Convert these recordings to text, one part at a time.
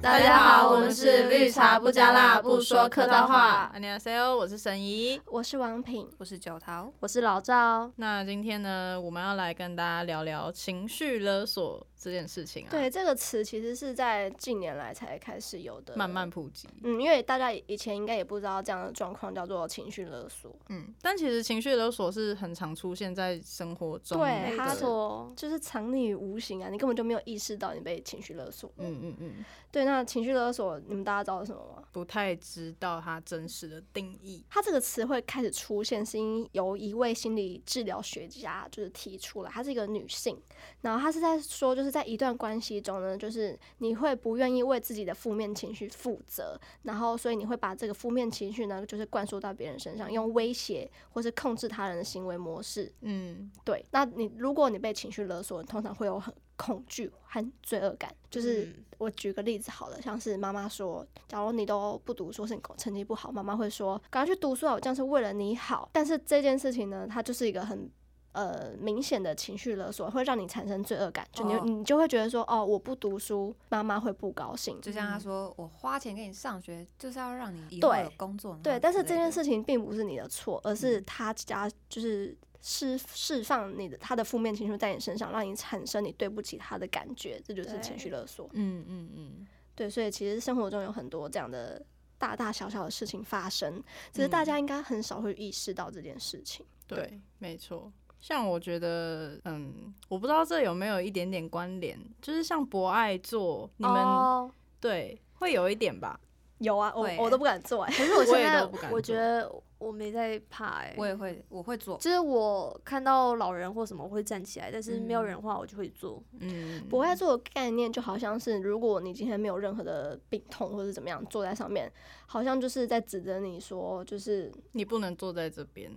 大家好，我们是绿茶不加辣，不说客套话。 안녕하세요，我是沈怡，我是王品，我是九桃。我是老赵。那今天呢，我们要来跟大家聊聊情绪勒索这件事情啊，，对这个词其实是在近年来才开始有的，慢慢。普及。嗯，因为大家以前应该也不知道这样的状况叫做情绪勒索，嗯，但其实情绪勒索是很常出现在生活中对，的嗯它说所就是藏匿于无形啊，你根本就没有意识到你被情绪勒索。嗯嗯嗯，对，那情绪勒索，你们大家知道是什么吗？不太知道它真实的定义。它这个词汇开始出现，是因由一位心理治疗学家就是提出了，她是一个女性，然后她是在说，就是在一段关系中呢，就是你会不愿意为自己的负面情绪负责，然后所以你会把这个负面情绪呢，就是灌输到别人身上，用威胁或是控制他人的行为模式。嗯，对，那你如果你被情绪勒索，你通常会有很恐惧和罪恶感，就是。嗯我举个例子好了，像是妈妈说，假如你都不读书，是你成绩不好，妈妈会说赶快去读书啊，我这样是为了你好。但是这件事情呢，它就是一个很。呃，明显的情绪勒索会让你产生罪恶感，就你、哦你就会觉得说，哦，我不读书，妈妈会不高兴。就像他说，我花钱给你上学，就是要让你以后嗯对有工作嘛。嗯对，嗯但是之这类件的事情并不是你的错，而是他家就是释释放你的他的负面情绪在你身上，让你产生你对不起他的感觉，这就是情绪勒索。嗯嗯嗯，对，所以其实生活中有很多这样的大大小小的事情发生，只是大家应该很少会意识到这件事情。对，没错。像我觉得，嗯，我不知道这有没有一点点关联，就是像博爱座，你们、哦、对会有一点吧？有啊，我会我都不敢做哎、可是我现我也在都不敢我做觉得我没在怕哎、我也会，我会做。就是我看到老人或什么我会站起来，但是没有人的话我就会做。嗯， 不爱做的概念就好像是，如果你今天没有任何的病痛或者怎么样，坐在上面，好像就是在指责你说，就是你不能坐在这边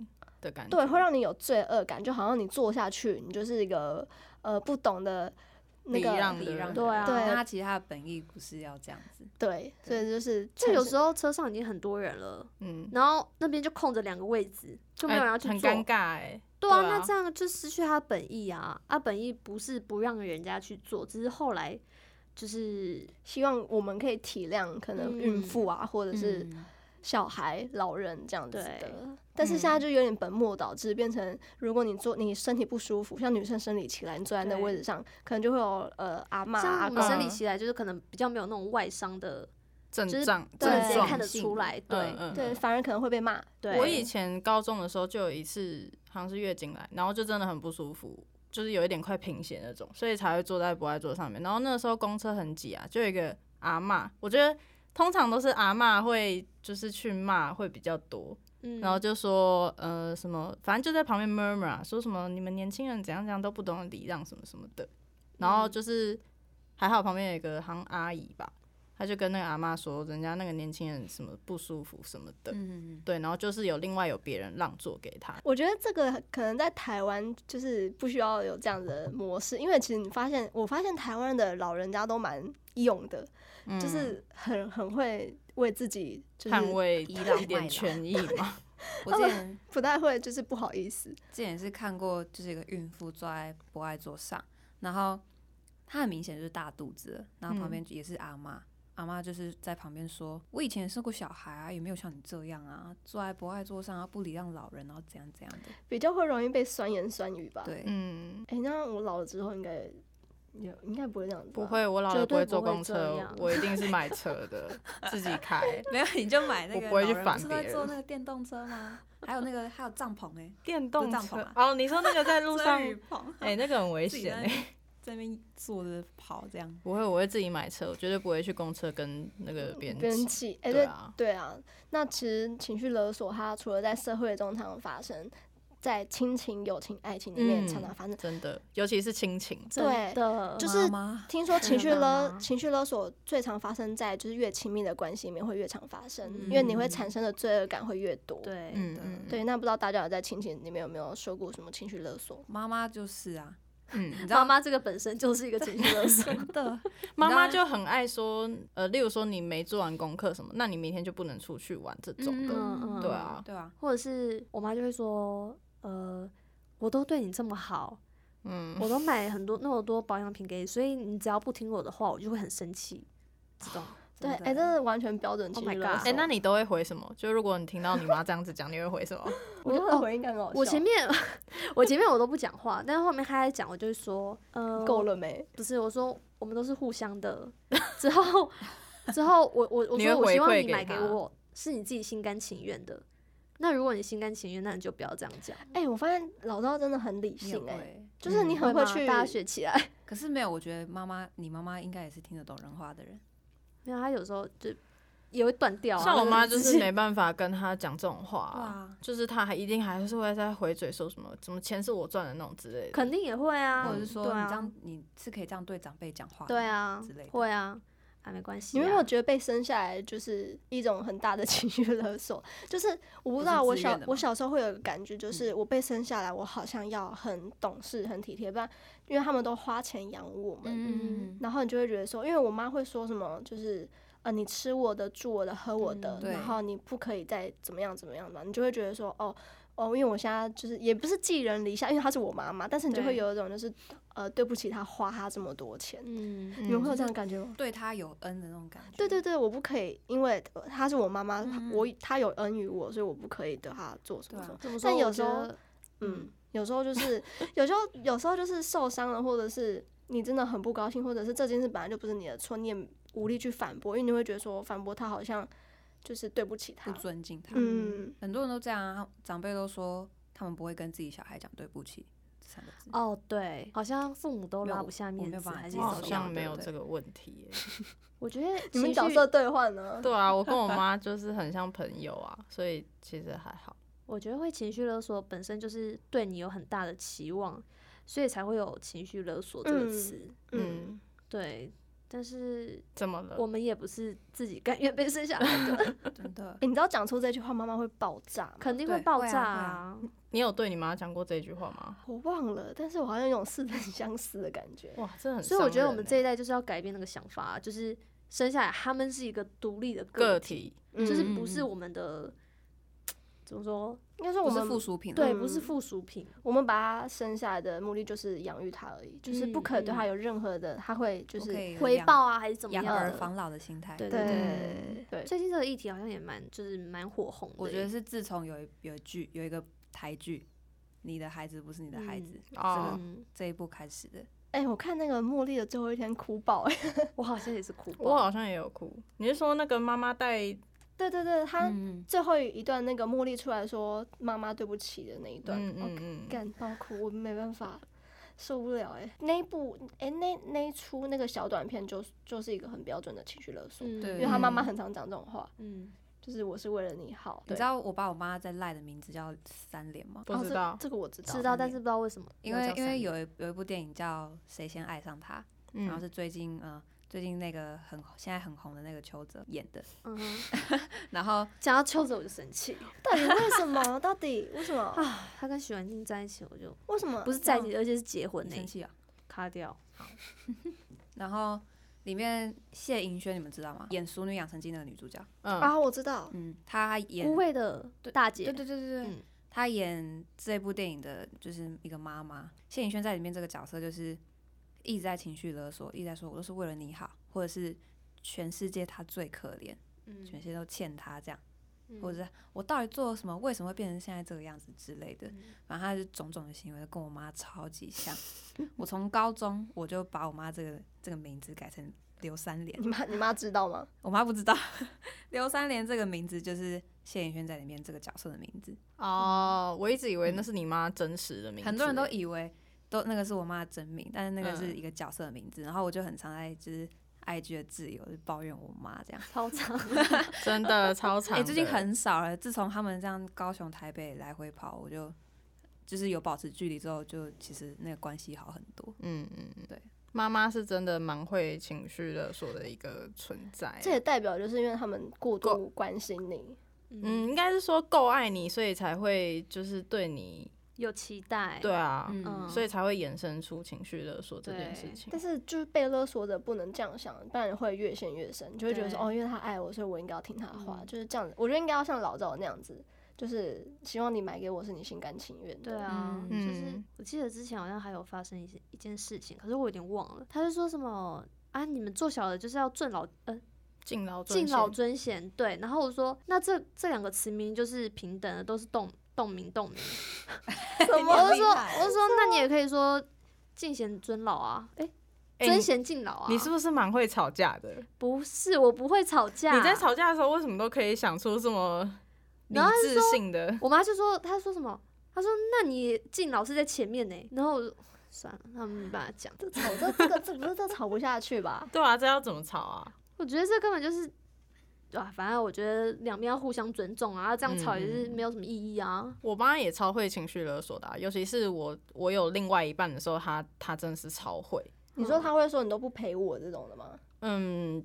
的感觉，对，会让你有罪恶感，就好像你坐下去，你就是一个呃不懂的那礼个让礼的人让对啊但他其实他的本意不是要这样子。对，所以就是就有时候候车上已经很多人了，嗯，然后那边就空着两个位置，就没有哎人要去很坐。尴尬哎、对啊，对啊那这样就失去他的本意啊！他本意不是不让人家去做，只是后来就是希望我们可以体谅可能孕嗯妇啊，或者是嗯小孩、老人这样子对嗯的。但是现在就有点本末倒置，变成如果你坐你身体不舒服，像女生生理期来，你坐在那对位置上，可能就会有呃阿嬷像阿我们公生嗯理期来，就是可能比较没有那种外伤的，症就是状对症直接状看得性出来。对、嗯嗯，对，反而可能会被骂。对，我以前高中的时候就有一次，好像是月经来，然后就真的很不舒服，就是有一点快贫血那种，所以才会坐在不爱坐上面。然后那个时候公车很挤啊，就有一个阿嬷，我觉得通常都是阿嬷会就是去骂会比较多，嗯然后就说呃什么，反正就在旁边 murmur 啊，说什么你们年轻人怎样怎样都不懂得礼让什么什么的。然后就是还好旁边有一个好像阿姨吧，她就跟那个阿嬷说，人家那个年轻人什么不舒服什么的，嗯， 嗯对，然后就是有另外有别人让座给他，我觉得这个可能在台湾就是不需要有这样的模式，因为其实你发现，我发现台湾的老人家都蛮勇的，就是很很会为自己就是嗯捍卫倚老一点卖权益嘛。嗯我之前不太会就是不好意思。之前也是看过，就是一个孕妇坐在博爱座上，然后她很明显就是大肚子了，然后嗯旁边也是阿妈、阿妈就是在旁边说：“我以前也生过小孩啊，也没有像你这样啊，坐在博爱座上啊，不礼让老人，然后怎样怎样的。比较会容易被酸言酸语吧。，对，嗯，哎、那我老了之后应该有，应该不会这样子吧。不会，我老了绝不会对坐不会公这车样，我一定是买车的，自己开。 没有你就买那我个不会去老人烦是别在坐人那个电动车吗？还有那个 还有帐篷哎、 电动帐车篷啊哦，你说那个在路遮上，雨棚，哎、那个很危自己险哎、在那边在那边坐着跑这样。不会，我会自己买车，我绝对不会去公车跟那个别人人挤。气，哎、对啊，对啊，那其实情绪勒索，它除了在社会中常常发生，在亲情、友情、爱情里面嗯常常发生。真的，尤其是亲情，对嗯真的就是妈妈听说情绪勒真的吗情绪勒索最常发生在就是越亲密的关系里面会越常发生，因为你会嗯产生的罪恶感会越多。对，嗯的嗯，对，那不知道大家有在亲情里面有没有受过什么情绪勒索？妈妈就是啊，嗯，你知道妈妈这个本身就是一个情绪勒索，真的， 妈妈就很爱说，呃，例如说你没做完功课什么，那你明天就不能出去玩这种的。嗯嗯对啊对啊，或者是我妈就会说，呃，我都对你这么好，嗯，我都买很多那么多保养品给你，所以你只要不听我的话，我就会很生气。这种对，哎、真的这是完全标准情 Oh 绪 my 勒 god 哎、索。那你都会回什么？就如果你听到你妈这样子讲，你会回什么？我觉我得哦回应感很好笑。我前面 我前面我都不讲话，但是后面他在讲，我就是说，呃，够，了没？不是我说我们都是互相的， 之后之后我我我你说会我回希望馈你给买给他我是你自己心甘情愿的，那如果你心甘情愿，那你就不要这样讲，哎、我发现老赵真的很理你也性哎、会就是你嗯很会吗去大家学起来。可是没有，我觉得妈妈，你妈妈应该也是听得懂人话的人。没有，他有时候就也会断掉、啊。像我妈就自是己没办法跟她讲这种话、对啊，啊，就是她还一定还是会再回嘴说什么怎么钱是我赚的那种之类的。 肯定也会啊，或者是说对你啊这样你是可以这样对长辈讲话的，对，啊之类的，会啊，啊没关系、你啊。们有没有觉得被生下来就是一种很大的情绪勒索？ 就是我不知道，不我是自小愿的吗我小时候会有一个感觉，嗯就是我被生下来，我好像要很懂事、很体贴，不然因为他们都花钱养我们，嗯然后你就会觉得说，因为我妈会说什么，就是呃，你吃我的、住我的、喝我的，嗯然对后你不可以再怎么样怎么样的，你就会觉得说，哦哦，因为我现在就是也不是寄人篱下，因为她是我妈妈，但是你就会对有一种就是呃，对不起她花她这么多钱，嗯，嗯你们会有这样的感觉吗？对他有恩的那种感觉。对对对，我不可以，因为呃她是我妈妈，嗯我她有恩于我，所以我不可以对她做什么对啊什么。怎么但说？有我觉时候得嗯，有时候就是有时候有时候就是受伤了，或者是你真的很不高兴，或者是这件事本来就不是你的错，你也无力去反驳，因为你会觉得说反驳他好像就是对不起不他。尊敬他。嗯，很多人都这样啊，长辈都说他们不会跟自己小孩讲对不起这三个字。哦，对，好像父母都没有拉我不下我没面有子，办法还接是我受好怎么像样没有对这个问题、耶我觉得你们情角绪色，兑换 呢？对啊，我跟我妈就是很像朋友啊，所以其实还好。我觉得会情绪勒索本身就是对你有很大的期望，所以才会有情绪勒索这个嗯词。嗯，嗯，对，但是怎么了？我们也不是自己甘愿被生下来的，真的诶，你知道讲出这句话，妈妈会爆炸吗肯定会对爆会啊炸会啊啊！你有对你妈讲过这句话吗？我忘了，但是我好像有种似曾相识的感觉。哇，这很所以我伤觉得我人们欸这一代就是要改变那个想法，就是生下来他们是一个独立的个体，体，就是嗯不是嗯我们的怎么说？应该说我不是们附属品啊，对，不是嗯附属品。我们把他生下来的目的就是养育他而已，就是不可以对他有任何的，他会就我是可以有回养报啊，还是怎么养样儿的？防老的心态。对对对对，最近这个议题好像也蛮，就是蛮火红的耶。欸我觉得是自从有一有一句有一个台剧，你的孩子不是你的孩子，哦嗯，这一部开始的。哎、我看那个茉莉的最后一天哭爆、哎，我好像也是哭我爆。好像也有哭。你是说那个妈妈 带嗯对对对，她嗯，最后一段那个茉莉出来说“妈妈对哦不起”的那一段，嗯我嗯嗯，感到哭，我没办法，受不了哎、那一部哎、那那一出那个小短片就就是一个很标准的情绪勒索，嗯对因 因为她妈嗯妈很常讲这种话，嗯，就是我是为了你好。你对知道我把我妈在赖的名字叫三连吗？不哦知这道，这个我知道，知道，但是不知道为什么。因要为叫因三为连有一有一部电影叫《谁先爱上他》，然后嗯，是最近呃最近那个很现在很红的那个邱泽演的，嗯哼，然后讲到秋子我就生气到底为什么？到底为什么？啊！他跟许文静在一起，我就为什么不是在一这样起，而且是结婚你呢生，气啊，卡掉。然后里面谢盈萱你们知道吗？演《熟女养成记》那个女主角，嗯，啊？我知道，嗯，她演无畏的大姐，对对对对对，嗯她演这部电影的就是一个妈妈，谢颖轩在里面这个角色就是一直在情绪勒索，一直在说我都是为了你好，或者是全世界她最可怜，全世界都欠她这样，嗯或者是我到底做了什么，为什么会变成现在这个样子之类的，嗯反正她就种种的行为都跟我妈超级像。我从高中我就把我妈这个这个名字改成刘三连你，妈你妈知道吗？我妈不知道 刘三连这个名字就是谢颖轩在里面这个角色的名字。哦，我一直以为那嗯是你妈真实的名字欸，很多人都以为都那个是我妈的真名，但是那个嗯是一个角色的名字。然后我就很常在就是 IG 的自由就抱怨我妈这样。超长，真的超哎、长的，最近很少了，自从他们这样高雄、台北来回跑，我就就是有保持距离之后，就其实那个关系好很多。嗯，嗯嗯，对。妈妈是真的蛮会情绪勒索的一个存在，这也代表就是因为他们过度过关心你，嗯，嗯，应该是说够爱你，所以才会就是对你，有期待，对啊，嗯所以才会衍生出情绪勒索这件事对情但。是就是被勒索者不能这样想，不然会越陷越深，就会觉得说对哦，因为他爱我，所以我应该要听他的话，嗯就是这样子。我觉得应该要像老赵那样子，就是希望你买给我是你心甘情愿的。对 啊，嗯就是嗯我记得之前好像还有发生一些一件事情，可是我有点忘了。他就说什么啊，你们做小的就是要尊老呃敬老尊敬老贤尊贤，对。然后我说，那这这两个词明明就是平等的，都是动动名动名。什我就说，我就说，那你也可以说敬贤尊老啊，哎、哎尊你贤敬老啊。你是不是蛮会吵架的？不是我不会吵架？你在？吵架的时候为什么都可以想出这么理然后智性的？我妈就说，她说什么？她说，那你敬老是在前面呢、然后我就算了，他们没办法讲。这吵这这个这不是这吵不下去吧？对啊，这要怎么吵啊？我觉得这根本就是。啊，反正我觉得两边要互相尊重啊，这样吵也是嗯没有什么意义啊。我妈也超会情绪勒索的啊、尤其是我我有另外一半的时候，她她真的是超会。你说他会说你都不陪我这种的吗？嗯，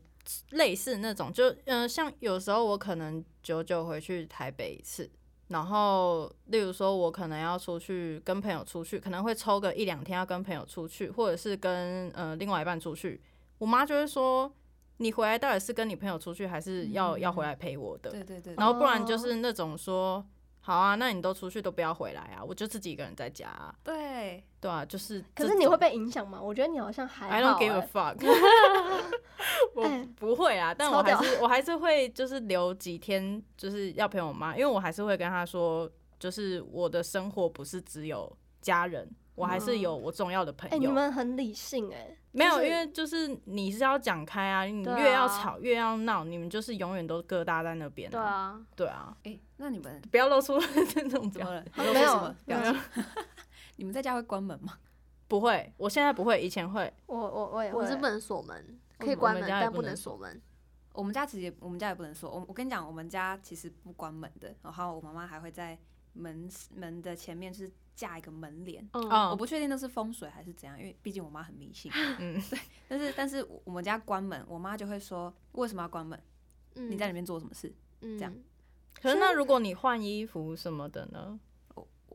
类似那种，就嗯、呃像有时候我可能久久回去台北一次，然后例如说我可能要出去跟朋友出去，可能会抽个一两天要跟朋友出去，或者是跟呃另外一半出去，我妈就会说。你回来到底是跟你朋友出去，还是要、嗯要回来陪我的？对对对，然后不然就是那种说，好啊，那你都出去都不要回来啊，我就自己一个人在家、啊，对，对啊，就是可这种。是你会被影响吗？我觉得你好像还 I 好、 don't give 欸 a。fuck 。我哎不会啊，但超我还屌是我还是会就是留几天，就是要陪我妈，因为我还是会跟她说，就是我的生活不是只有家人，我还是有我重要的朋哎、友。你们很理性哎、没有，就是因为就是你是要讲开啊，你对啊越要吵越要闹，你们就是永远都疙瘩在那边、对啊，对啊，哎，那你们不要露出那种怎表 么了？啊你没说有什么表没有情？你们在家会关门吗？不会，我现在不会，以前会。我我我也会我是不能锁门，我可以们我关门，们家也但不不能能锁锁门。我们家其实也，我们家也不能说，我我跟你讲，我们家其实不关门的，然后我妈妈还会在门门的前面就是架一个门帘。嗯，嗯，哦我不确定那是风水还是怎样，因为毕竟我妈很迷 信。 嗯，但是，但是我我们家关门，我妈就会说：“为什么要关门？嗯嗯你在里面做什么事这这样可是那如果你换衣服什么的呢？？”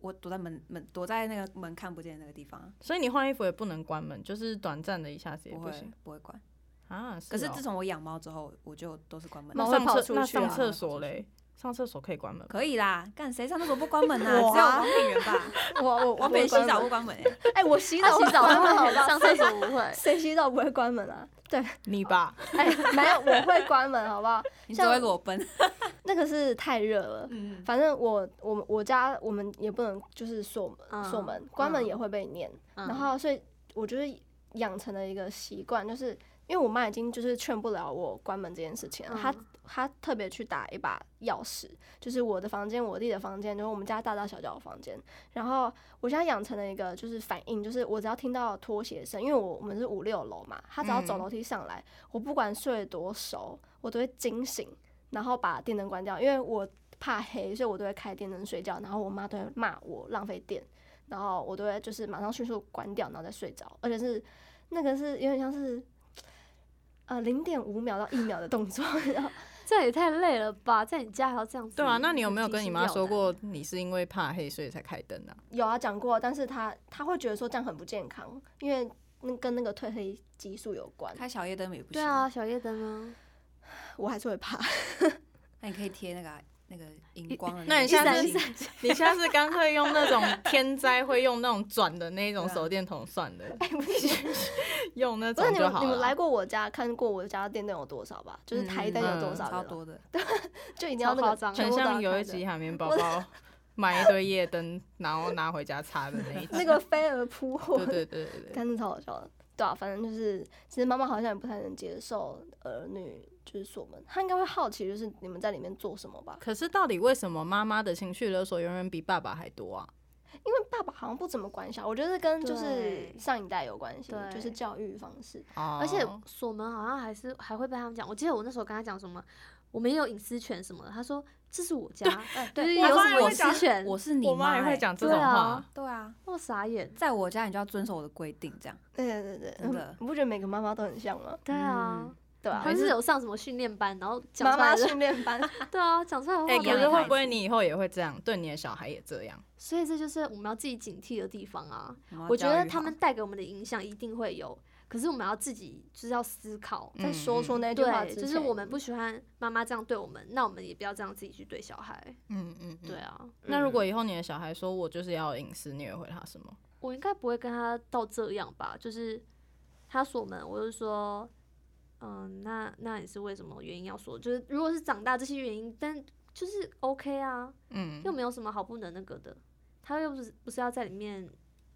我躲在门门躲在那个门看不见的那个地方啊，所以你换衣服也不能关门，就是短暂的一下子也不不会行。不会关。啊，可是哦自从我养猫之后，我就都是关门猫那会上的。跑厕出那去啊上厕所嘞，上厕所可以关门吗。可以啦，干谁上厕所不关门 啊？我啊只有王品源吧， 我我我王不品会源洗关澡门不关门欸哎、我洗他澡啊洗 澡会关不会，门。上厕所不 会谁洗澡不会关门啊？对，你吧，哎、没有，我会关门，好不好？你只像会裸奔。那个是太热了。嗯，反正我我我家我们也不能就是锁门嗯锁门，关门嗯也会被念。嗯然后所以我就是养成了一个习惯，就是因为我妈已经就是劝不了我关门这件事情了，她嗯她特别去打一把钥匙，就是我的房间、我弟的房间，就是我们家大大小小的房间。然后我现在养成了一个就是反应，就是我只要听到拖鞋声，因为我我们是五六楼嘛，她只要走嗯楼梯上来，我不管睡得多熟，我都会惊醒，然后把电灯关掉，因为我怕黑，所以我都会开电灯睡觉。然后我妈都会骂我浪费电，然后我都会就是马上迅速关掉，然后再睡着，而且是那个是有点像是呃零点五秒到一秒的动作， 然后这也太累了吧，在你家还要这样子。 对啊，那你有没有提跟你心妈吊说胆？过你是因为怕黑所以才开灯啊？有啊讲过，但是她她会觉得说这样很不健康，因为那跟那个褪黑激素有关，开小夜灯也不行。对啊，小夜灯啊，我还是会怕。那你可以贴那个啊、那个荧光的个。那你下下次次 你下次干脆用那 种天灾会用那种转的那种对啊手电筒算 的， 用那哎不是种你就们好你们来了。过我家看过我家的电灯有多少吧？就是台灯有多嗯少超的了，多的，就一定要那个超夸张全很部都要像有开一着集海绵宝宝 买一堆夜灯，然后拿回家擦的那一集。那个飞蛾扑火，对对对对对，真的超好笑的。对啊，反正就是，其实妈妈好像也不太能接受儿女就是锁门，她应该会好奇，就是你们在里面做什么吧？可是到底为什么妈妈的情绪勒索永远比爸爸还多啊？因为爸爸好像不怎么管小孩，我觉得跟就是对上一代有关系，对就是教育方式。哦而且锁门好像还是还会被他们讲。我记得我那时候跟他讲什么，我们也有隐私权什么的，他说这是我家，对对，我有妈什也么会隐讲私权？我是你我嗯妈妈也欸会讲这对种啊话。对啊，我傻眼。在我家你就要遵守我的规定，这样。对对对对，真的你不觉得每个妈妈都很像吗？对啊，对啊，他每是次有上什么训练班，然后讲妈出来妈的，训练班， 对啊，讲出来的话哎、都可养是很会害不 会孩子你以后也会这样，对你的小孩也这样？所以这就是我们要自己警惕的地方啊。我们要我觉哦教得育他好们带给我们的影响一定会有，可是我们要自己就是要思考。在说出那句话嗯对，之前，就是我们不喜欢妈妈这样对我们，那我们也不要这样自己去对小孩。嗯嗯，嗯对。啊，那如果以后你的小孩说我就是要隐私，你也回他什么？我应该不会跟他到这样吧？就是他锁门，我就说，嗯，那那你是为什么原因要说？就是如果是长大这些原因，但就是 OK 啊，嗯又没有什么好不能那个的。他又不是不是要在里面，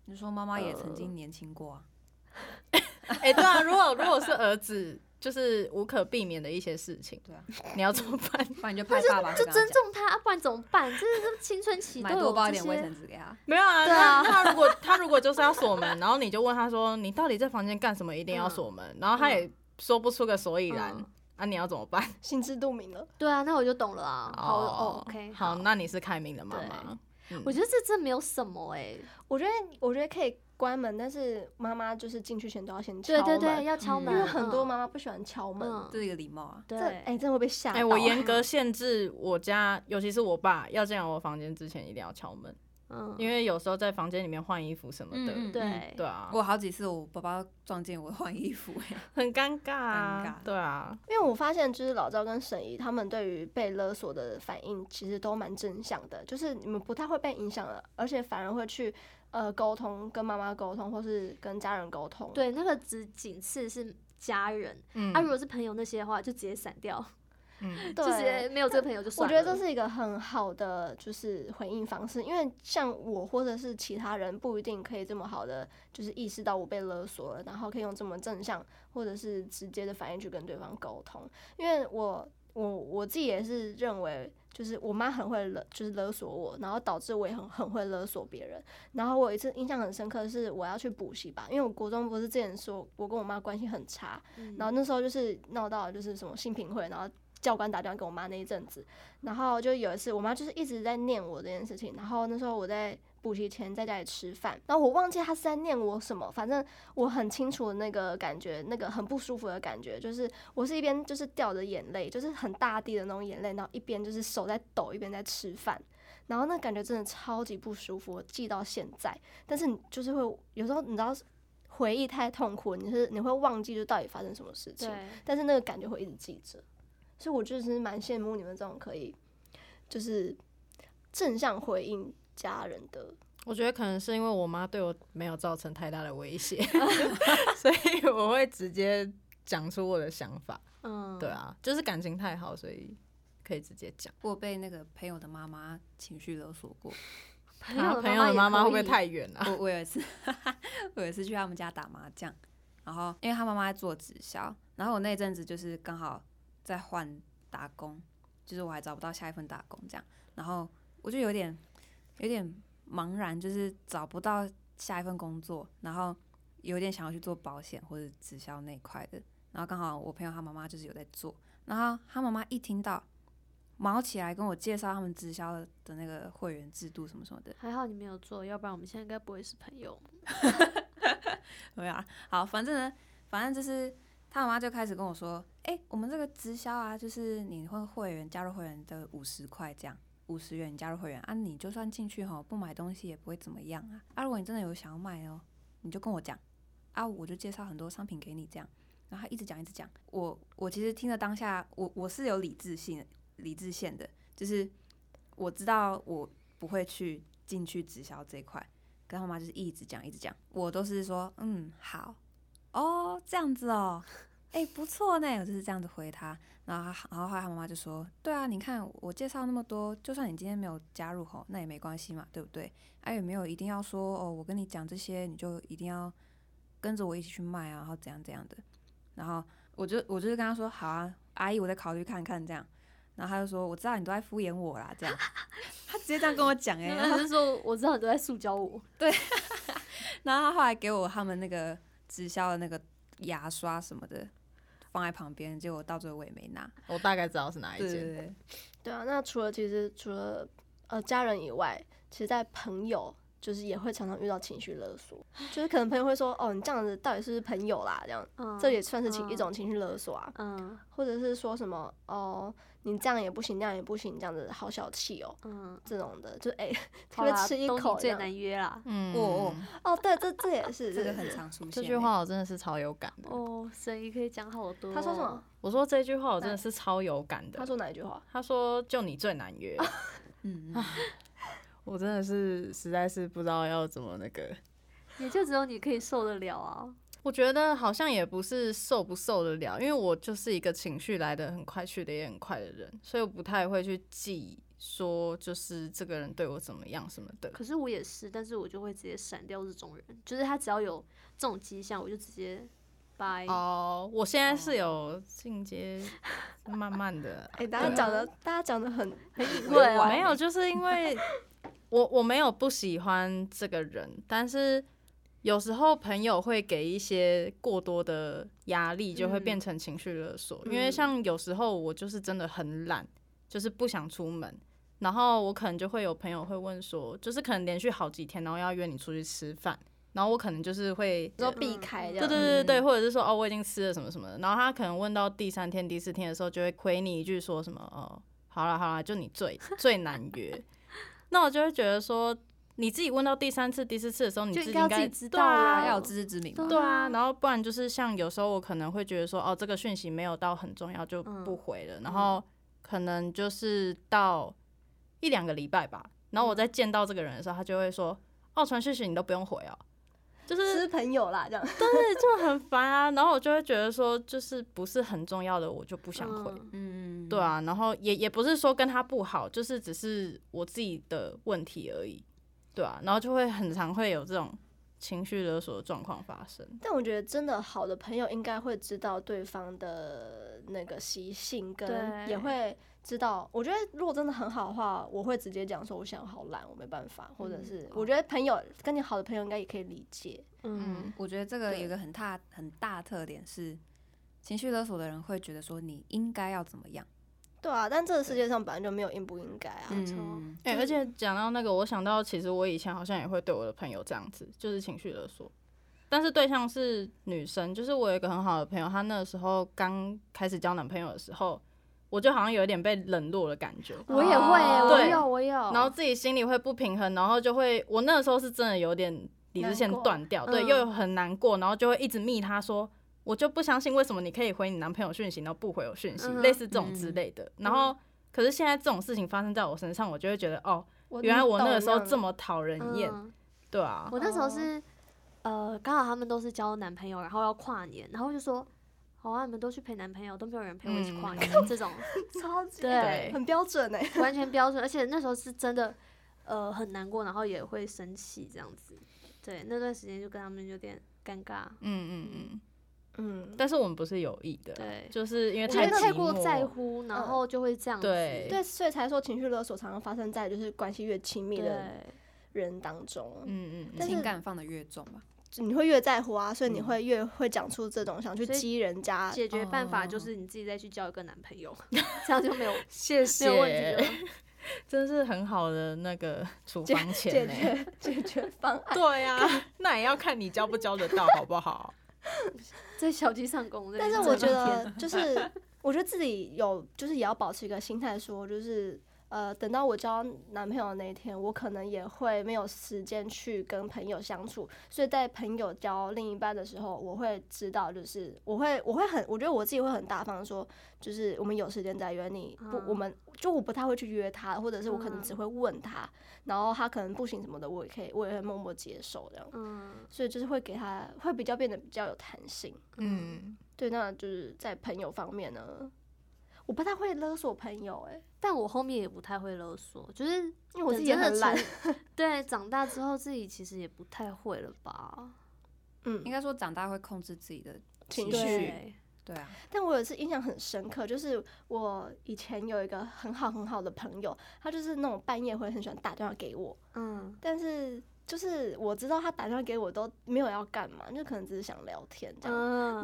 你说妈妈也曾呃经年轻过啊？ 哎、对啊，如果如果是儿子，就是无可避免的一些事情，对啊，你要怎么办？不然你就派爸爸去就跟他尊讲重他，啊不然怎么办？这是青春期都买多有包一这点卫生些，纸给他。 没有啊，对啊那他如果他如果就是要锁门，然后你就问他说你到底在房间干什么，一定要锁门，然后他也说不出个所以然，嗯啊，你要怎么办？心知肚明了。对啊，那我就懂了啊。好、哦、，OK，好，那你是开明的妈妈，嗯我觉得这真没有什么哎、我觉得，我觉得可以关门，但是妈妈就是进去前都要先敲对门，对对，要敲嗯门，因为很多嗯妈妈不喜欢敲门，嗯这是一个礼貌啊。这对，哎、真的会被吓到、哎、我严格限制我家，尤其是我爸要进来我房间之前一定要敲门，嗯，因为有时候在房间里面换衣服什么的，嗯嗯对对啊，我好几次我爸爸撞见我换衣服、欸， 很尴尬啊尴尬对啊，因为我发现，就是老赵跟沈怡他们对于被勒索的反应，其实都蛮正向的，就是你们不太会被影响了，而且反而会去呃沟通，跟妈妈沟通，或是跟家人沟通。，对，那个只仅次是家人，嗯，啊，如果是朋友那些的话，就直接闪掉，嗯就直接对。没有这个朋友就我算觉了。得这是一个很好的就是回应方式，因为像我或者是其他人不一定可以这么好的就是意识到我被勒索了，然后可以用这么正向或者是直接的反应去跟对方沟通。因为我我我自己也是认为，就是我妈很会勒，就是勒索我，然后导致我也很很会勒索别人。然后我有一次印象很深刻的是我要去补习吧，因为我国中不是之前说我跟我妈关系很差，嗯然后那时候就是闹到就是什么性平会，然后教官打电话给我妈那一阵子，然后就有一次我妈就是一直在念我这件事情，然后那时候我在补习前在家里吃饭，然后我忘记她是在念我什么，反正我很清楚那个感觉，那个很不舒服的感觉，就是我是一边就是掉着眼泪，就是很大滴的那种眼泪，然后一边就是手在抖，一边在吃饭。然后那感觉真的超级不舒服，我记到现在。但是你就是会有时候你知道回忆太痛苦，你是你会忘记就到底发生什么事情。对，但是那个感觉会一直记着。所以我就是蛮羡慕你们这种可以就是正向回应家人的。我觉得可能是因为我妈对我没有造成太大的威胁，所以我会直接讲出我的想法。嗯，对，啊，就是感情太好，所以可以直接讲。我有被那个朋友的妈妈情绪勒索过。朋然后友朋友的妈妈会不会也可以太远啊？我我有一次， 我有一次去他们家打麻将，然后因为他妈妈在做直销，然后我那一阵子就是刚好在换打工，就是我还找不到下一份打工这样，然后我就有点有点茫然，就是找不到下一份工作，然后有点想要去做保险或者直销那一块的，然后刚好我朋友他妈妈就是有在做，然后他妈妈一听到。毛起来跟我介绍他们直销的那个会员制度什么什么的，还好你没有做，要不然我们现在应该不会是朋友。对啊，好，反正呢，反正就是他妈妈就开始跟我说，哎、我们这个直销啊，就是你会会员加入会员的五十块这样，五十元你加入会员啊，你就算进去吼不买东西也不会怎么样啊，啊，如果你真的有想要买哦，你就跟我讲啊，我就介绍很多商品给你这样。然后他一直讲一直讲，我我其实听了当下，我我是有理智性理智线的，就是我知道我不会去进去直销这一块，跟他妈就是一直讲一直讲，我都是说嗯好哦这样子哦，哎、不错呢，我就是这样子回他，然后他然后后来他妈妈就说，对啊，你看我介绍那么多，就算你今天没有加入吼，那也没关系嘛，对不对？啊也没有一定要说哦，我跟你讲这些，你就一定要跟着我一起去卖啊，然后怎样怎样的，然后我就我就是跟他说好啊，阿姨我再考虑看看这样。然后他就说：“我知道你都在敷衍我啦，这样。” 他直接这样跟我讲 哎、欸，然后他是说我知道你都在塑胶我，然后他后来给我他们那个直销的那个牙刷什么的放在旁边，结果到最后我也没拿。哎我大概知道是哪一对对间。对，对啊，那除了其实除了呃家人以外，其实在朋友就是也会常常遇到情绪勒索，就是可能朋友会说哦你这样子到底是不是朋友啦这样。嗯，这也算是情、嗯一种情绪勒索啊，嗯或者是说什么哦，你这样也不行，那样也不行，这样子好小气哦，嗯，这种的，就哎， 特好别啦，吃一都你口这最样难约啦。嗯哦哦哦，对，这这也是 这这个也很是常出现、这句，话我真的是超有感的。哦，沈怡可以讲好多。哦他说什么？？我说这句话我真的是超有感的。他说哪一句话？他说就你最难约， 嗯，嗯 我真的是实在是不知道要怎么那个。也就只有你可以受得了啊。我觉得好像也不是受不受得了，因为我就是一个情绪来的很快，去的也很快的人，所以我不太会去记说就是这个人对我怎么样什么的。可是我也是，但是我就会直接闪掉这种人，就是他只要有这种迹象，我就直接拜。哦，我现在是有进阶，慢慢的哎、大家讲的，大家讲的很很隐对晦啊哦，没有，就是因为 我我没有不喜欢这个人，但是有时候朋友会给一些过多的压力，就会嗯变成情绪勒索。嗯因为像有时候我就是真的很懒，就是不想出门。然后我可能就会有朋友会问说，就是可能连续好几天，然后要约你出去吃饭，然后我可能就是会说避开这对样，对对对，嗯或者是说哦，我已经吃了什么什么的，然后他可能问到第三天、第四天的时候，就会回你一句说什么哦，好了好了，就你最 最难约。那我就会觉得说，你自己问到第三次、第四次的时候，你就自己应该要应自己该知对道啊啦嗯要有自知之明吧。对对啊，然后不然就是像有时候我可能会觉得说，哦，这个讯息没有到很重要就不回嗯了，然后可能就是到一两个礼拜吧，然后我再见到这个人的时候，他就会说，哦，传讯息你都不用回哦，就是是朋友啦，这样。对，就很烦啊。然后我就会觉得说，就是不是很重要的，我就不想回。嗯嗯，对啊，然后也也不是说跟他不好，就是只是我自己的问题而已。对啊，然后就会很常会有这种情绪勒索的状况发生。但我觉得真的好的朋友应该会知道对方的那个习性，跟对也会知道。我觉得如果真的很好的话，我会直接讲说我想好懒，我没办法，或者嗯是我觉得朋友跟你好的朋友应该也可以理解。嗯，我觉得这个对有一个很大很大的特点是，情绪勒索的人会觉得说你应该要怎么样，对啊，但这个世界上本来就没有应不应该啊。错嗯，哎、就是而且讲到那个，我想到其实我以前好像也会对我的朋友这样子，就是情绪勒索，但是对象是女生。就是我有一个很好的朋友，她那时候刚开始交男朋友的时候，我就好像有一点被冷落的感觉。我也会欸，哦我对有我有，然后自己心里会不平衡，然后就会，我那时候是真的有点理智线难过断掉，对，嗯又很难过，然后就会一直密他说，我就不相信为什么你可以回你男朋友讯息，然后不回我讯息，嗯哼嗯类似这种之类的。然后，可是现在这种事情发生在我身上，我就会觉得，哦，原来我那个时候这么讨人厌，嗯对啊，我那时候哦是，呃，刚好他们都是交男朋友，然后要跨年，然后就说，好啊，你们都去陪男朋友，都没有人陪我一起跨年，这种超 级对很标准哎、 完全标准。而且那时候是真的，呃，很难过，然后也会生气这样子。对，那段时间就跟他们有点尴尬，嗯嗯嗯，嗯，但是我们不是有意的，对，啊就是因为我觉得寂太过寞在乎，嗯然后就会这样子。对对，所以才说情绪勒索常常发生在就是关系越亲密的对，人当中，嗯嗯嗯但是情感放的越重吧。你会越在乎啊，所以你嗯会越会讲出这种想去所以激人家解决办法就哦是你自己再去交一个男朋友， 这样就没有 谢没有问题了 谢，。真是很好的那个处解方钱、解呢。决 解决方 案。对呀、那也要看你交不交得到，好不好？在小鸡上工，在但是那边我做觉得， 就是我觉得自己有，就是也要保持一个心态，说就是呃，等到我交男朋友那一天，我可能也会没有时间去跟朋友相处，所以在朋友交另一半的时候，我会知道，就是我会我会很，我觉得我自己会很大方说，就是我们有时间再约你，不，我嗯们就我不太会去约他，或者是我可能只嗯会问他，然后他可能不行什么的，我也可以，我也会默默接受这样，嗯所以就是会给他会比较变得比较有弹性。嗯，对，那就是在朋友方面呢，我不太会勒索朋友、欸，但我后面也不太会勒索，就是因为我等自己也真的很懒成。对长大之后自己其实也不太会了吧？嗯应，该说长大会控制自己的情绪绪。对，对啊，但我有一次印象很深刻，就是我以前有一个很好很好的朋友，他就是那种半夜会很喜欢打电话给我，嗯但是就是我知道他打电话给我都没有要干嘛，就可能只是想聊天这样。嗯，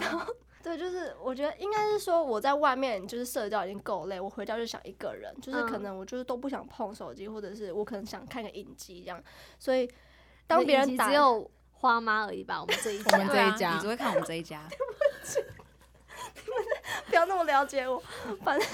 对，就是我觉得应该是说我在外面就是社交已经够累，我回家就想一个人，就是可嗯能我就是都不想碰手机，或者是我可能想看个影集这样，所以当别人你打只有花妈而已吧，我们这一我们家这一家对啊你只会看我们这一家， 不要那么了解我，反正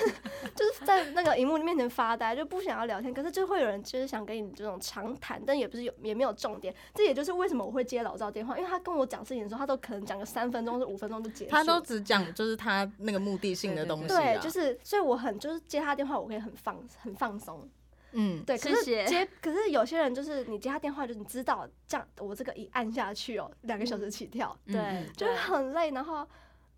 就是在那个荧幕面前发呆，就不想要聊天。可是就会有人就是想跟你这种长谈，但也不是有也没有重点。这也就是为什么我会接老赵电话，因为他跟我讲事情的时候，他都可能讲个三分钟或者五分钟就结束。他都只讲就是他那个目的性的东西啊对，就是所以我很就是接他电话，我可以很放很放松。嗯，对，可谢是谢接，可是有些人就是你接他电话，就是你知道这样，我这个一按下去哦，两个小时起跳，嗯对，就是很累。然后，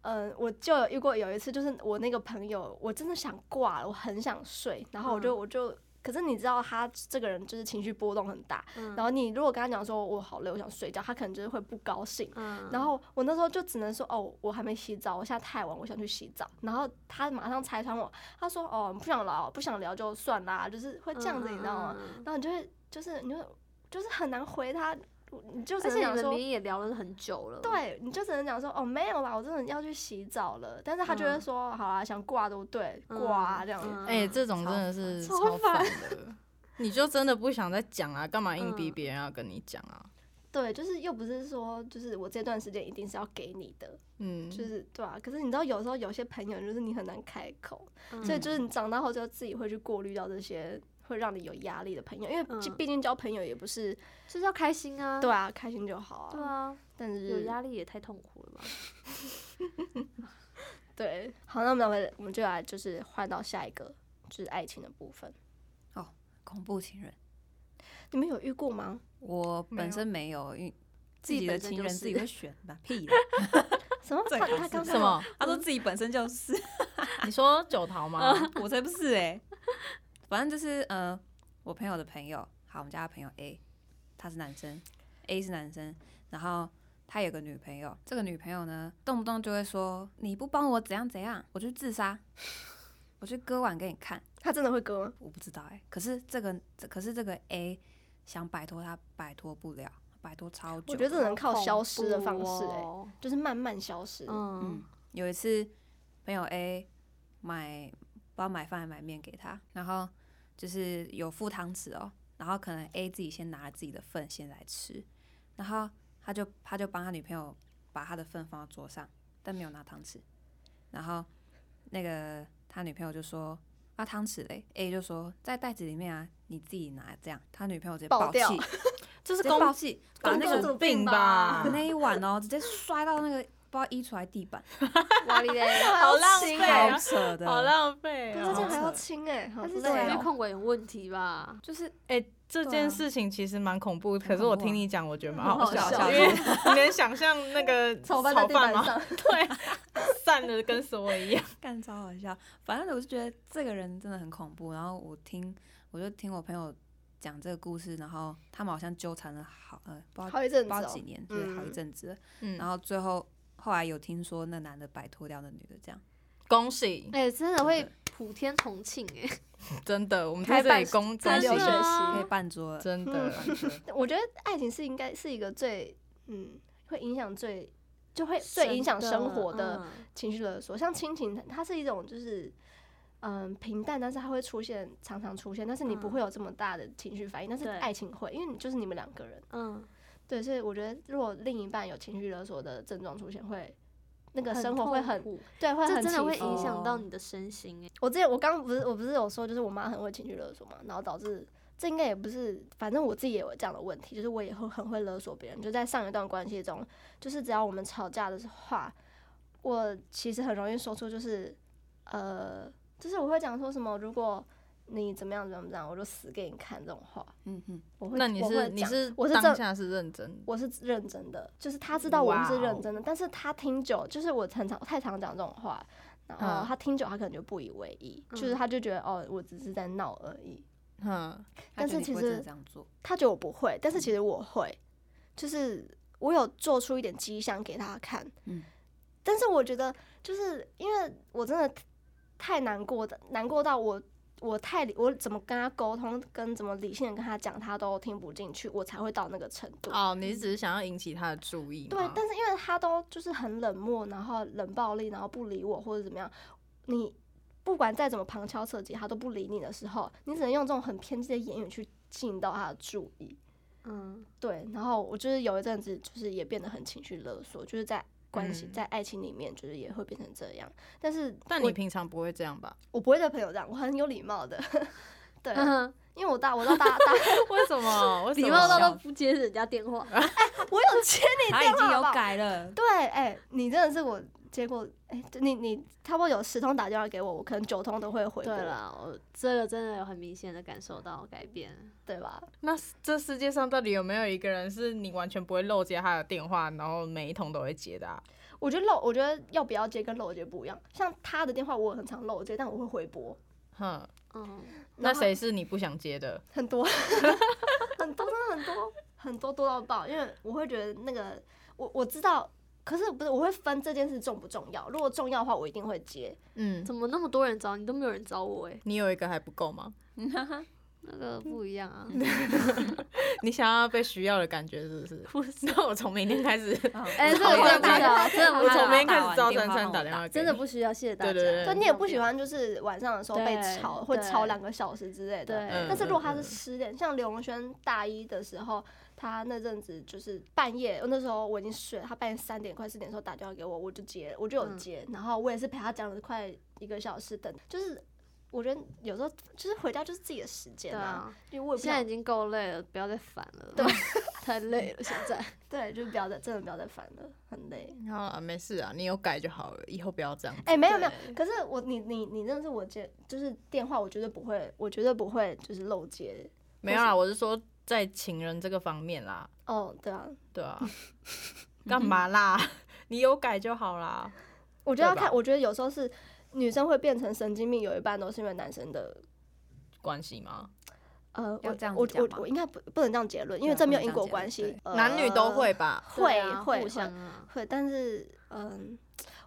嗯，我就有遇过有一次，就是我那个朋友，我真的想挂了，我很想睡，然后我就、嗯我就，可是你知道他这个人就是情绪波动很大，嗯然后你如果跟他讲说我好累，我想睡觉，他可能就是会不高兴。嗯然后我那时候就只能说哦，我还没洗澡，我现在太晚，我想去洗澡。然后他马上拆穿我，他说哦，不想聊，不想聊就算啦，就是会这样子，你知道吗？？嗯嗯嗯嗯然后你就会就是你就就是很难回他，你就只能而且你讲们明说，明也聊了很久了，，对，你就只能讲说哦没有啦，我真的要去洗澡了。但是他就会嗯说、好啦，想挂对不对？嗯挂、啊、这样子。嗯哎、这种真的是超超烦烦的，你就真的不想再讲啊，干嘛硬逼嗯别人要跟你讲啊？对，就是又不是说就是我这段时间一定是要给你的，嗯，就是对啊。可是你知道有时候有些朋友就是你很难开口，嗯所以就是你长大后就自己会去过滤掉这些会让你有压力的朋友，因为嗯毕竟交朋友也不是、就是要开心啊，对啊，开心就好啊。对啊，但是有压力也太痛苦了吧？对，好，那我们来我们就来就是换到下一个就是爱情的部分，恐怖情人，你们有遇过吗？我没有本身没有，因为自自己己的本身情就人是自己 会选吧，屁的。什么？最他好他是刚才什么？他说自己本身 就是，啊你说九桃吗？我才不是哎、反正就是呃，我朋友的朋友，好，我们家的朋友 A，他是男生，A 是男生，然后他有个女朋友，这个女朋友呢，动不动就会说你不帮我怎样怎样，我去自杀，我去割腕给你看。他真的会割吗？我不知道哎、可是这个，这可是这个 A 想摆脱他，摆脱不了，摆脱超久。我觉得这能靠好消失的恐方怖式、欸，哦就是慢慢消失。嗯 嗯，有一次朋友 A 买不知道买饭还买面给他，然后就是有附汤匙哦，然后可能 A 自己先拿了自己的份先来吃，然后他就他就帮他女朋友把他的份放到桌上，但没有拿汤匙，然后那个他女朋友就说。啊，汤匙嘞！A 就说在袋子里面啊，你自己拿。这样，他女朋友直接爆气，掉直这是接公爆气，把公那公个主主病病吧吧把？ 那一碗哦，直接摔到那个不知道衣橱还地板，哇 哩嘞，好浪亲费啊啊好扯的，好浪费可是哦、他这样好还要扯亲哎、好啊他是累情绪哦控管有问题 吧？就是 哎、这对啊件事情其实蛮恐怖，可很是恐我怖听啊你讲，我觉得蛮很好好笑笑的，因为你能想象那个炒炒饭在地板饭吗？上，对， 散的跟什么一样。干超好笑。反正我就觉得这个人真的很恐怖。然后我听，我就听我朋友讲这个故事，然后他们好像纠缠了好呃，不知道好一阵不子、知道哦几。年，对，好一嗯阵子了。然嗯，后最后后来有听说那男的摆脱掉那女的，这样恭喜，哎，真的会对普天同庆哎，真的，我们开在这办里恭交恭喜流真学的你，啊可以办桌了。真的。嗯我觉得爱情是应该是一个最嗯会影响最就会真最影响的生活的嗯情绪勒索，像亲情，它是一种就是嗯平淡，但是它会出现常常出现，但是你不嗯会有这么大的情绪反应，但是对爱情会，因为你就是你们两个人，嗯，对，所以我觉得如果另一半有情绪勒索的症状出现，会那个很生活会痛很苦对，会这很真的起会伏影响到哦你的身心哎，我之前我刚不是我不是有说，就是我妈很会情绪勒索嘛，然后导致这应该也不是，反正我自己也有这样的问题，就是我也会很会勒索别人。就在上一段关系中，就是只要我们吵架的话，我其实很容易说出就是呃，就是我会讲说什么，如果你怎么样怎么样怎么样，我就死给你看这种话。嗯嗯，我会，那你我会是你讲是我是当这下是认真的，我是认真的，就是他知道我们是认真的，但是他听久，就是我常常太常讲这种话，然后嗯他听久，他可能就不以为意，嗯就是他就觉得哦，我只是在闹而已。嗯，但他是觉得你其不会真的实这样做，他觉得我不会，但是其实我会，就是我有做出一点迹象给他看。嗯但是我觉得，就是因为我真的太难过的，难过到我我太理我怎么跟他沟通，跟怎么理性的跟他讲，他都听不进去，我才会到那个程度。哦，你只是想要引起他的注意吗，对，但是因为他都就是很冷漠，然后冷暴力，然后不理我或者怎么样，你不管再怎么旁敲侧击，他都不理你的时候，你只能用这种很偏激的言语去吸引到他的注意。嗯，对，然后我就是有一阵子就是也变得很情绪勒索，就是在关系、嗯在爱情里面，就是也会变成这样。但是但我你平常不会这样吧？我不会对朋友这样，我很有礼貌的。 对，嗯因为我大我到大 大， 为什么？为什么礼貌到都不接人家电话，我有接你他电已经话好有不好？改了，嗯对，哎、你真的是我结果哎、你你差不多有十通打电话给我，我可能九通都会回对拨，了，我这个真的有很明显的感受到改变。对吧？那这世界上到底有没有一个人是你完全不会漏接他的电话，然后每一通都会接的、啊？我觉得漏，我觉得要不要接跟漏接不一样。像他的电话我也很常漏接，但我会回拨。哼，嗯，那谁是你不想接的？很多， 很多，真的很多，很多多到爆。因为我会觉得那个，我我知道，可是不是我会分这件事重不重要。如果重要的话，我一定会接。嗯，怎么那么多人找你都没有人找我哎、你有一个还不够吗？那个不一样啊。 你想要被需要的感觉是不是？不是，那我从明天开始，嗯哎、这个我不真的需要，真的我不需从要明天开始招珊打完电话珊后打电话给你，真的不需要，谢谢大家。对对对对你也不喜欢就是晚上的时候被对吵，会对吵两个小时之类对的。嗯但是如果他是失恋，像刘荣轩大一的时候，他那阵子就是半夜，那时候我已经睡了，他半夜三点快四点的时候打电话给我，我就接，我就有嗯接，然后我也是陪他讲了快一个小时等，就是我觉得有时候就是回家就是自己的时间对啊，啊，因为我也不现在想已经够累了，不要再烦了。对， 太累了，现在。对，就是不要再真的不要再烦了，很累。好啊，没事啊，你有改就好了，以后不要这样。哎、没有没有，对可是我你你你认识我接就是电话，我绝对不会，我绝对不会就是漏接。没有啊，我是说在情人这个方面啦，哦，对啊，对啊，干嘛啦？ 你有改就好啦。我觉得要对吧看，我觉得有时候是女生会变成神经病，有一半都是因为男生的。关系吗？呃，我要这样子我讲我吗我应该不不能这样结论，因为对啊这没有不能因这果样关结论系，呃男女都会吧？会对啊会互会相啊。会，但是嗯，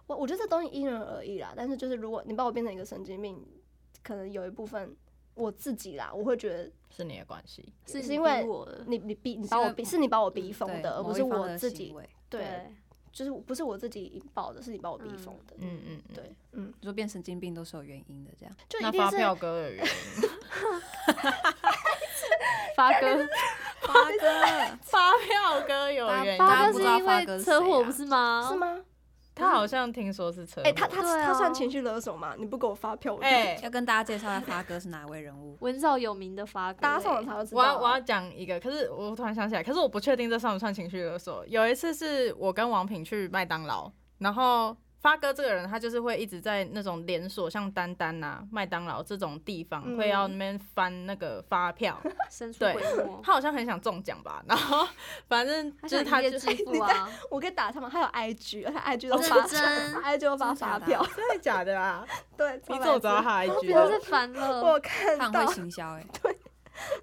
我我觉得这东西因人而异啦。但是就是如果你把我变成一个神经病，可能有一部分我自己啦，我会觉得是你的关系，是你因为逼我的你你逼你嗯是把我因为嗯逼是你把我逼疯对的，而某不一是方我的自行己为对，就是不是我自己引爆的，是你把我逼嗯疯的。嗯嗯嗯。对，嗯，你说变神经病都是有原因的， 这样就一那定发是票哥的原因，发哥，发哥发票哥有原大家发哥因，不是知道因发为哥是车谁祸啊不是吗？哦是？吗？他好像听说是车祸。哎，他他对啊。他算情绪勒索吗？你不给我发票，我就哦哎要跟大家介绍一下发哥是哪位人物人造有名的发哥、大家上欸网查就知道啊我了。要我要讲一个，可是我突然想起来，可是我不确定这算不算情绪勒索。有一次是我跟王品去麦当劳，然后发哥这个人他就是会一直在那种连锁，像丹丹啊、麦当劳这种地方，嗯会要那边翻那个发票。神出对鬼 没，他好像很想中奖吧，然后反正他就是想他一就夜致富啊，我可以打他们，还有 IG，而且 IG 都认发真 IG 都发真的假发的票，哦真的假的啦？对，你超怎么白知痴。道他 IG 真的？是烦我了。有看他到很会行销 哎、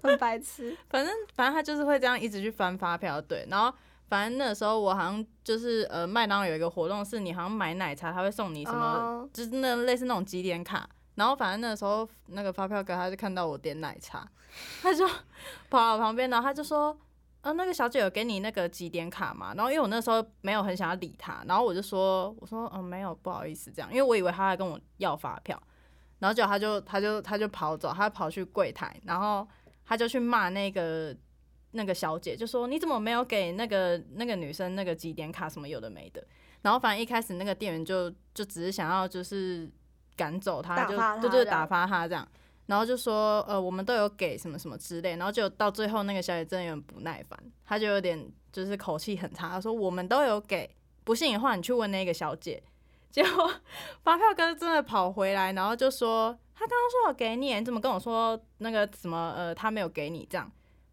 很白痴，反正反正他就是会这样一直去翻发票，对，然后。反正那时候我好像就是呃，麦当劳有一个活动，是你好像买奶茶，他会送 你什么哦就是那类似那种几点卡。然后反正那时候那个发票哥他就看到我点奶茶，他就跑到我旁边，然后他就说：“呃，那个小姐有给你那个几点卡吗？”然后因为我那时候没有很想要理他，然后我就说：“我说嗯、没有，不好意思这样，因为我以为他来跟我要发票。”然后结果他就他就他就跑走，他跑去柜台，然后他就去骂那个那个小姐，就说你怎么没有给那个那个女生那个几点卡什么有的没的。然后反正一开始那个店员就就只是想要就是赶走他，打就发他对对这打样发他这样。然后就说呃我们都有给什么什么之类，然后就到最后那个小姐真的有点不耐烦，她就有点就是口气很差，她说我们都有给，不信的话你去问那个小姐。结果发票哥真的跑回来，然后就说他刚刚说我给你，你怎么跟我说那个什么呃他没有给你这样？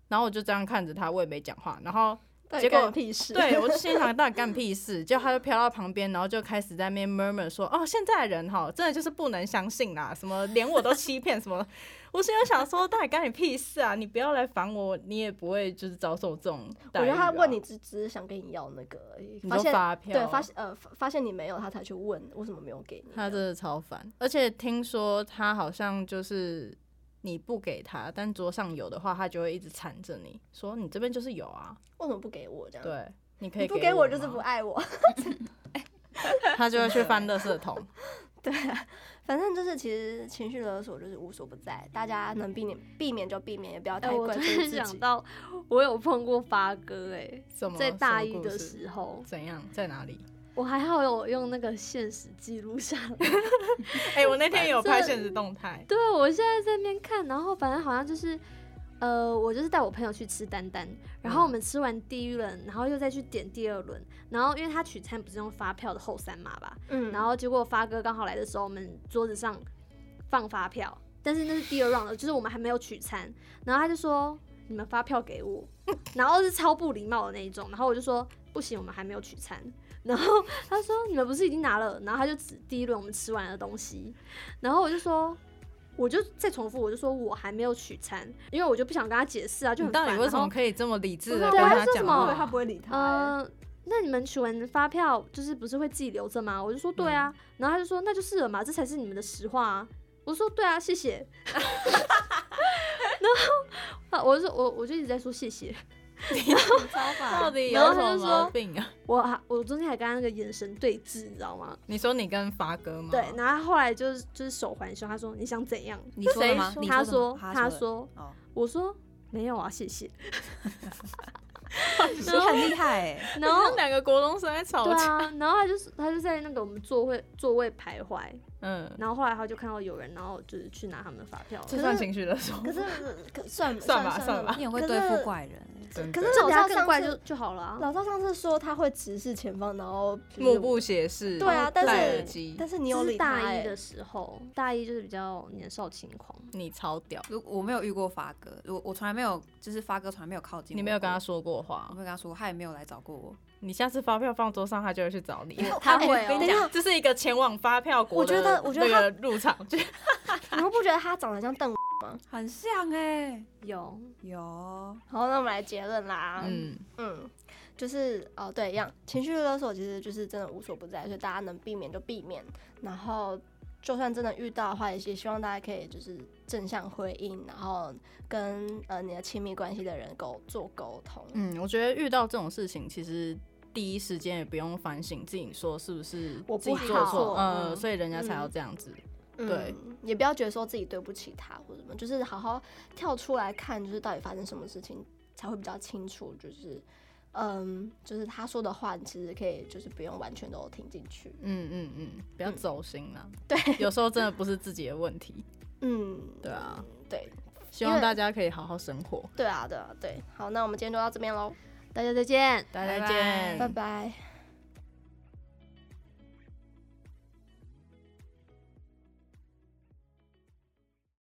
然后我就这样看着他，我也没讲话。然后到底结果干屁事？对 我就心想到底干屁事？结果他就飘到旁边，然后就开始在那边 murmur 说哦现在的人哈真的就是不能相信啦，什么连我都欺骗什么的。我心里想说到底干你屁事啊？你不要来烦我，你也不会就是遭受这种待我遇啊、觉得他问你只只是想跟你要那个而已，你发说现发票对发现呃发发现你没有，他才去问为什么没有给你。他真的超烦，而且听说他好像就是你不给他，但桌上有的话，他就会一直缠着你说你这边就是有啊，为什么不给我这样？，对，你可嗯以你不给给我我就是吗不，爱我。他就会去翻垃圾桶。对啊，反正就是其实情绪勒索就是无所不在，大家能避免避免就避免，也不要哎、太我关突注然自己。想到，我有碰过发哥哎、哦什么？在大什么一故的事时候，怎样？在哪里？我还好有用那个现实记录下来。 哎、我那天有拍拍现现实动态，对，我现在在那边看，然后反正好像就是呃，我就是带我朋友去吃丹丹，然后我们吃完第一轮，然后又再去点第二轮，然后因为他取餐不是用发票的后三码吧，嗯，然后结果发哥刚好来的时候，我们桌子上放发票，但是那是第二 round，的就是我们还没有取餐，然后他就说你们发票给我， 然后是超不礼貌的那一种，然后我就说不行，我们还没有取餐。然后他说：“你们不是已经拿了？”然后他就指第一轮我们吃完的东西，然后我就说：“我就再重复，我就说我还没有取餐，因为我就不想跟他解释啊，就你很到烦。”底为什然后么可以这么理智的不跟是啊他他说讲什么话？他不会理他嗯、那你们取完发票就是不是会自己留着吗？我就说对啊，然后他就说那就是了嘛，这才是你们的实话啊。我说对啊，谢谢。 然后啊，我就说我我就一直在说谢谢，超到烦。底然有后什他么就毛说病啊？我还我中间还跟他那个眼神对峙，你知道吗？你说你跟发哥吗？对，然后他后来就是就是手环胸，他说你想怎样？你说的吗？谁你他的吗说他的说哦，我说没有啊，谢谢。 你很厉 害哎，然 后那两个国中生在吵 对架，啊，然后他就是他就在那个我们座位座位徘徊，嗯，然后后来他就看到有人，然后就是去拿他们的发票。这算情绪勒索， 可是可算算吧算吧你很会对付。怪人欸。真可的是可是这种老他赵更怪上就次就好了、啊。老赵上次说他会直视前方，然后 就是目不斜视，对啊，但戴耳是机，但是你这有是理他大一欸的时候，大一就是比较年少轻狂。你超屌，如我没有遇过发哥，我我从来没有，就是发哥从来没有靠近我你没有跟他过，说过我话没，有跟他说，他也没有来找过我。你下次发票放桌上，他就会去找你。他哎会哦等一这下 样，这是一个前往发票国我觉得的我觉得那他个入场券，你们不觉得他长得像邓？ 很像哎、有，有好，那我们来结论啦。嗯 嗯，就是哦，对，一样情绪勒索其实就是真的无所不在，所以大家能避免就避免。然后就算真的遇到的话，也希望大家可以就是正向回应，然后跟呃你的亲密关系的人沟做沟通。嗯，我觉得遇到这种事情，其实第一时间也不用反省自己说是不是我自己不做好错，嗯呃，所以人家才嗯要这样子。嗯对，也不要觉得说自己对不起他或者什么，就是好好跳出来看，就是到底发生什么事情才会比较清楚。就是，嗯，就是他说的话，你其实可以就是不用完全都听进去。嗯嗯嗯，不要嗯走心啦。 对，有时候真的不是自己的问题。嗯，对啊，对，希因望为大家可以好好生活。对啊，对啊，对。好，那我们今天就到这边喽，大家再见。大拜家拜见，拜拜。